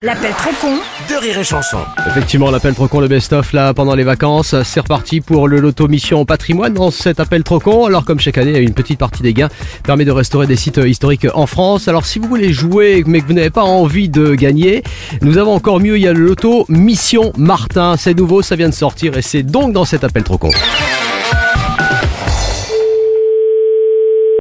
L'appel très con De Rire et Chanson. Effectivement, l'appel trop con, le best-of là pendant les vacances, c'est reparti pour le loto mission patrimoine dans cet appel trop con. Alors comme chaque année, une petite partie des gains permet de restaurer des sites euh, historiques en France. Alors si vous voulez jouer mais que vous n'avez pas envie de gagner, nous avons encore mieux, il y a le loto mission Martin. C'est nouveau, ça vient de sortir et c'est donc dans cet appel trop con.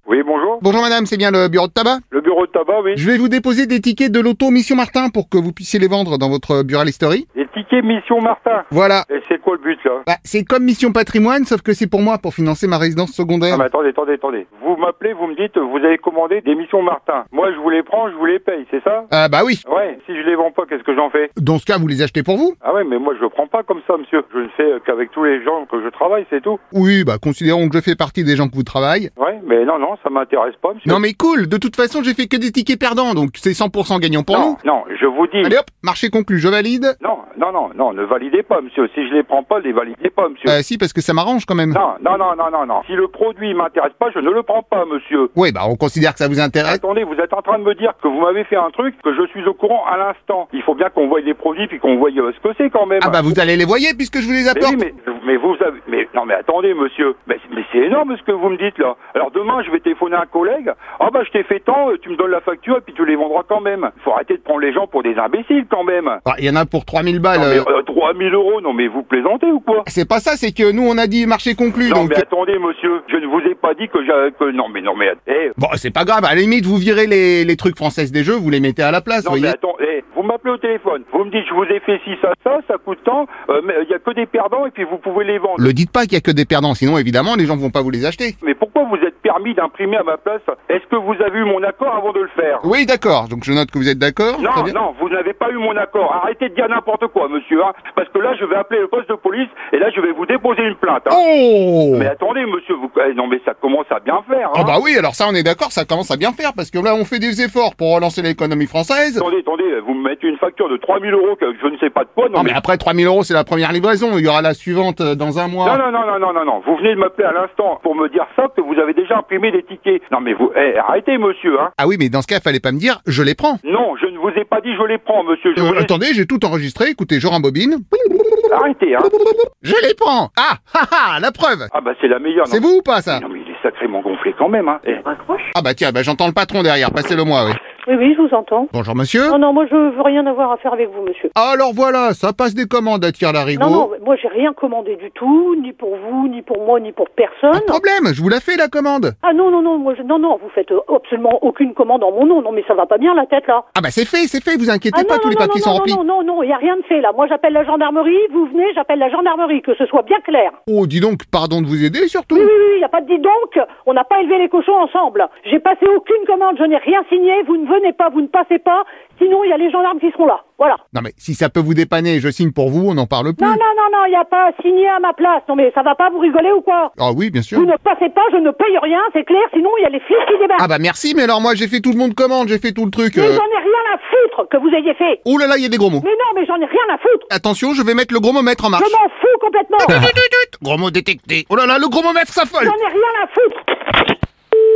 Oui, bonjour. Bonjour madame, c'est bien le bureau de tabac Le bureau de tabac, oui. Je vais vous déposer des tickets de l'auto Mission Martin pour que vous puissiez les vendre dans votre buralisterie. Les tickets Mission Martin. Voilà. Et c'est quoi le but, là Bah, c'est comme Mission Patrimoine, sauf que c'est pour moi, pour financer ma résidence Ah, secondaire. mais attendez, attendez, attendez. Vous m'appelez, vous me dites, vous avez commandé des missions Martin. Moi, je vous les prends, je vous les paye, c'est ça Ah bah oui. Ouais. Si je les vends pas, qu'est-ce que j'en fais Dans ce cas, vous les achetez pour vous Ah ouais, mais moi, je le prends pas comme ça, monsieur. Je ne fais euh, qu'avec tous les gens que je travaille, c'est tout. Oui, bah considérons que je fais partie des gens que vous travaillez. Ouais, mais non, non, ça m'intéresse pas, monsieur. Non mais cool, de toute façon, j'ai fait que des tickets perdants, donc c'est 100% gagnant pour non, nous. non, je vous dis. Allez hop, marché conclu, je valide. Non, non, non, non, ne validez pas, monsieur. Si je les prends pas, les validez pas, monsieur. Euh, si, parce que ça m'arrange quand même. Non, non, non, non, non, non. Si le produit m'intéresse pas, je ne le prends pas, monsieur. Ouais, bah on considère que ça vous intéresse. Attendez, vous êtes en train de me dire que vous m'avez fait un truc que je suis au courant à l'instant. Il faut bien qu'on voie les produits puis qu'on voie euh, ce que c'est quand même. Ah bah vous allez les voyer puisque je vous les mais oui, apporte. mais, mais vous avez, mais non, mais attendez, monsieur. Mais, mais c'est énorme ce que vous me dites là. Alors demain, je vais téléphoner à un collègue. Ah bah je t'ai fait tant, euh, tu me donnes la facture et puis tu les vendras quand même. Faut arrêter de prendre les gens pour des imbéciles quand même. Ah, Il y en a pour 3000 balles. Non, mais, euh. euh, 3000 euros, non mais vous plaisantez ou quoi C'est pas ça, c'est que nous on a dit marché conclu, Non donc... mais attendez, monsieur. Je ne vous ai pas dit que j'avais que non mais non mais eh, Bon, c'est pas grave, à la limite, vous virez les, les trucs françaises des jeux, vous les mettez à la place, Non, voyez. mais attends, eh, vous m'appelez au téléphone, vous me dites je vous ai fait ci, ça, ça, ça coûte tant, euh, mais il y a que des perdants et puis vous pouvez les vendre. Le dites pas qu'il y a que des perdants, sinon évidemment les gens vont pas vous les acheter. Mais pourquoi vous êtes permis d'imprimer à ma place Est-ce que vous avez eu mon accord avant de le faire Oui, d'accord, donc je note que vous êtes d'accord. très Non, bien. non, vous n'avez pas eu mon accord. Arrêtez de dire n'importe quoi, monsieur, hein, parce que là, je vais appeler le poste de police et là, je vais vous déposer une plainte. hein. Oh Mais attendez, monsieur, vous... eh, non, mais ça commence à bien faire. Ah hein. bah oui, alors ça on est d'accord, ça commence à bien faire, parce que là on fait des efforts pour relancer l'économie française. Attendez, attendez, vous me mettez une facture de 3000 euros que je ne sais pas de quoi. Non, Non mais après 3000 euros c'est la première livraison, il y aura la suivante euh, dans un Non, mois. non, non, non, non, non, non. Vous venez de m'appeler à l'instant pour me dire ça, que vous avez déjà imprimé des tickets. Non, mais vous, eh, arrêtez, monsieur, hein. Ah oui, mais dans ce cas, fallait pas me dire, je les prends. Non, je ne vous ai pas dit je les prends, monsieur. Je Euh, vous ai- attendez, j'ai tout enregistré, écoutez, je rembobine. Arrêtez, hein. Je les prends Ah, ah, ah, la preuve Ah, bah, c'est la meilleure. non. C'est vous ou pas ça Non, mais il est sacrément gonflé quand même, hein. Eh, Ah bah tiens, bah j'entends le patron derrière, passez-le moi, oui. Oui, oui, je vous entends. Bonjour monsieur. Non, non, moi je veux rien avoir à faire avec vous, monsieur. Alors voilà, ça passe des commandes à tire Non, non, l'arigot. moi j'ai rien commandé du tout, ni pour vous, ni pour moi, ni pour Pas personne. de problème, je vous la fais la commande. Ah non, non, non, moi je... non, non, vous faites euh, absolument aucune commande en mon nom. Non, mais ça va pas bien la tête là. Ah bah c'est fait, c'est fait, vous Ah inquiétez non, pas, non, tous les non, papiers non, sont non, remplis. Non, non, non, il y a rien de fait là. Moi j'appelle la gendarmerie, vous venez, j'appelle la gendarmerie, que ce soit bien clair. Oh, dis donc, pardon de vous aider surtout. Oui, oui, oui, il n'y a pas de dis donc, on n'a pas élevé les cochons ensemble. J'ai passé aucune commande, je n'ai rien signé, vous ne venez pas, vous ne passez pas, sinon il y a les gendarmes qui seront là. Voilà. Non mais si ça peut vous dépanner, je signe pour vous, on n'en parle plus. Non, non, non, non, il n'y a pas signé à ma place. Non, mais ça va pas, vous rigolez ou quoi Ah oui, bien sûr. Vous ne passez pas, je ne paye rien, c'est clair, sinon il y a les flics qui débarquent. Ah bah merci, mais alors moi j'ai fait tout le monde commande, j'ai fait tout le truc. Mais euh. j'en ai rien à foutre que vous ayez fait. Oh là là, il y a des gros mots. Mais non, mais j'en ai rien à foutre. Attention, je vais mettre le gros mot maître en Je marche. Ah. m'en fous complètement. Tut, tut, tut. Gros mot détecté. Oh là là, le gros mot maître s'affole. J'en ai rien à foutre.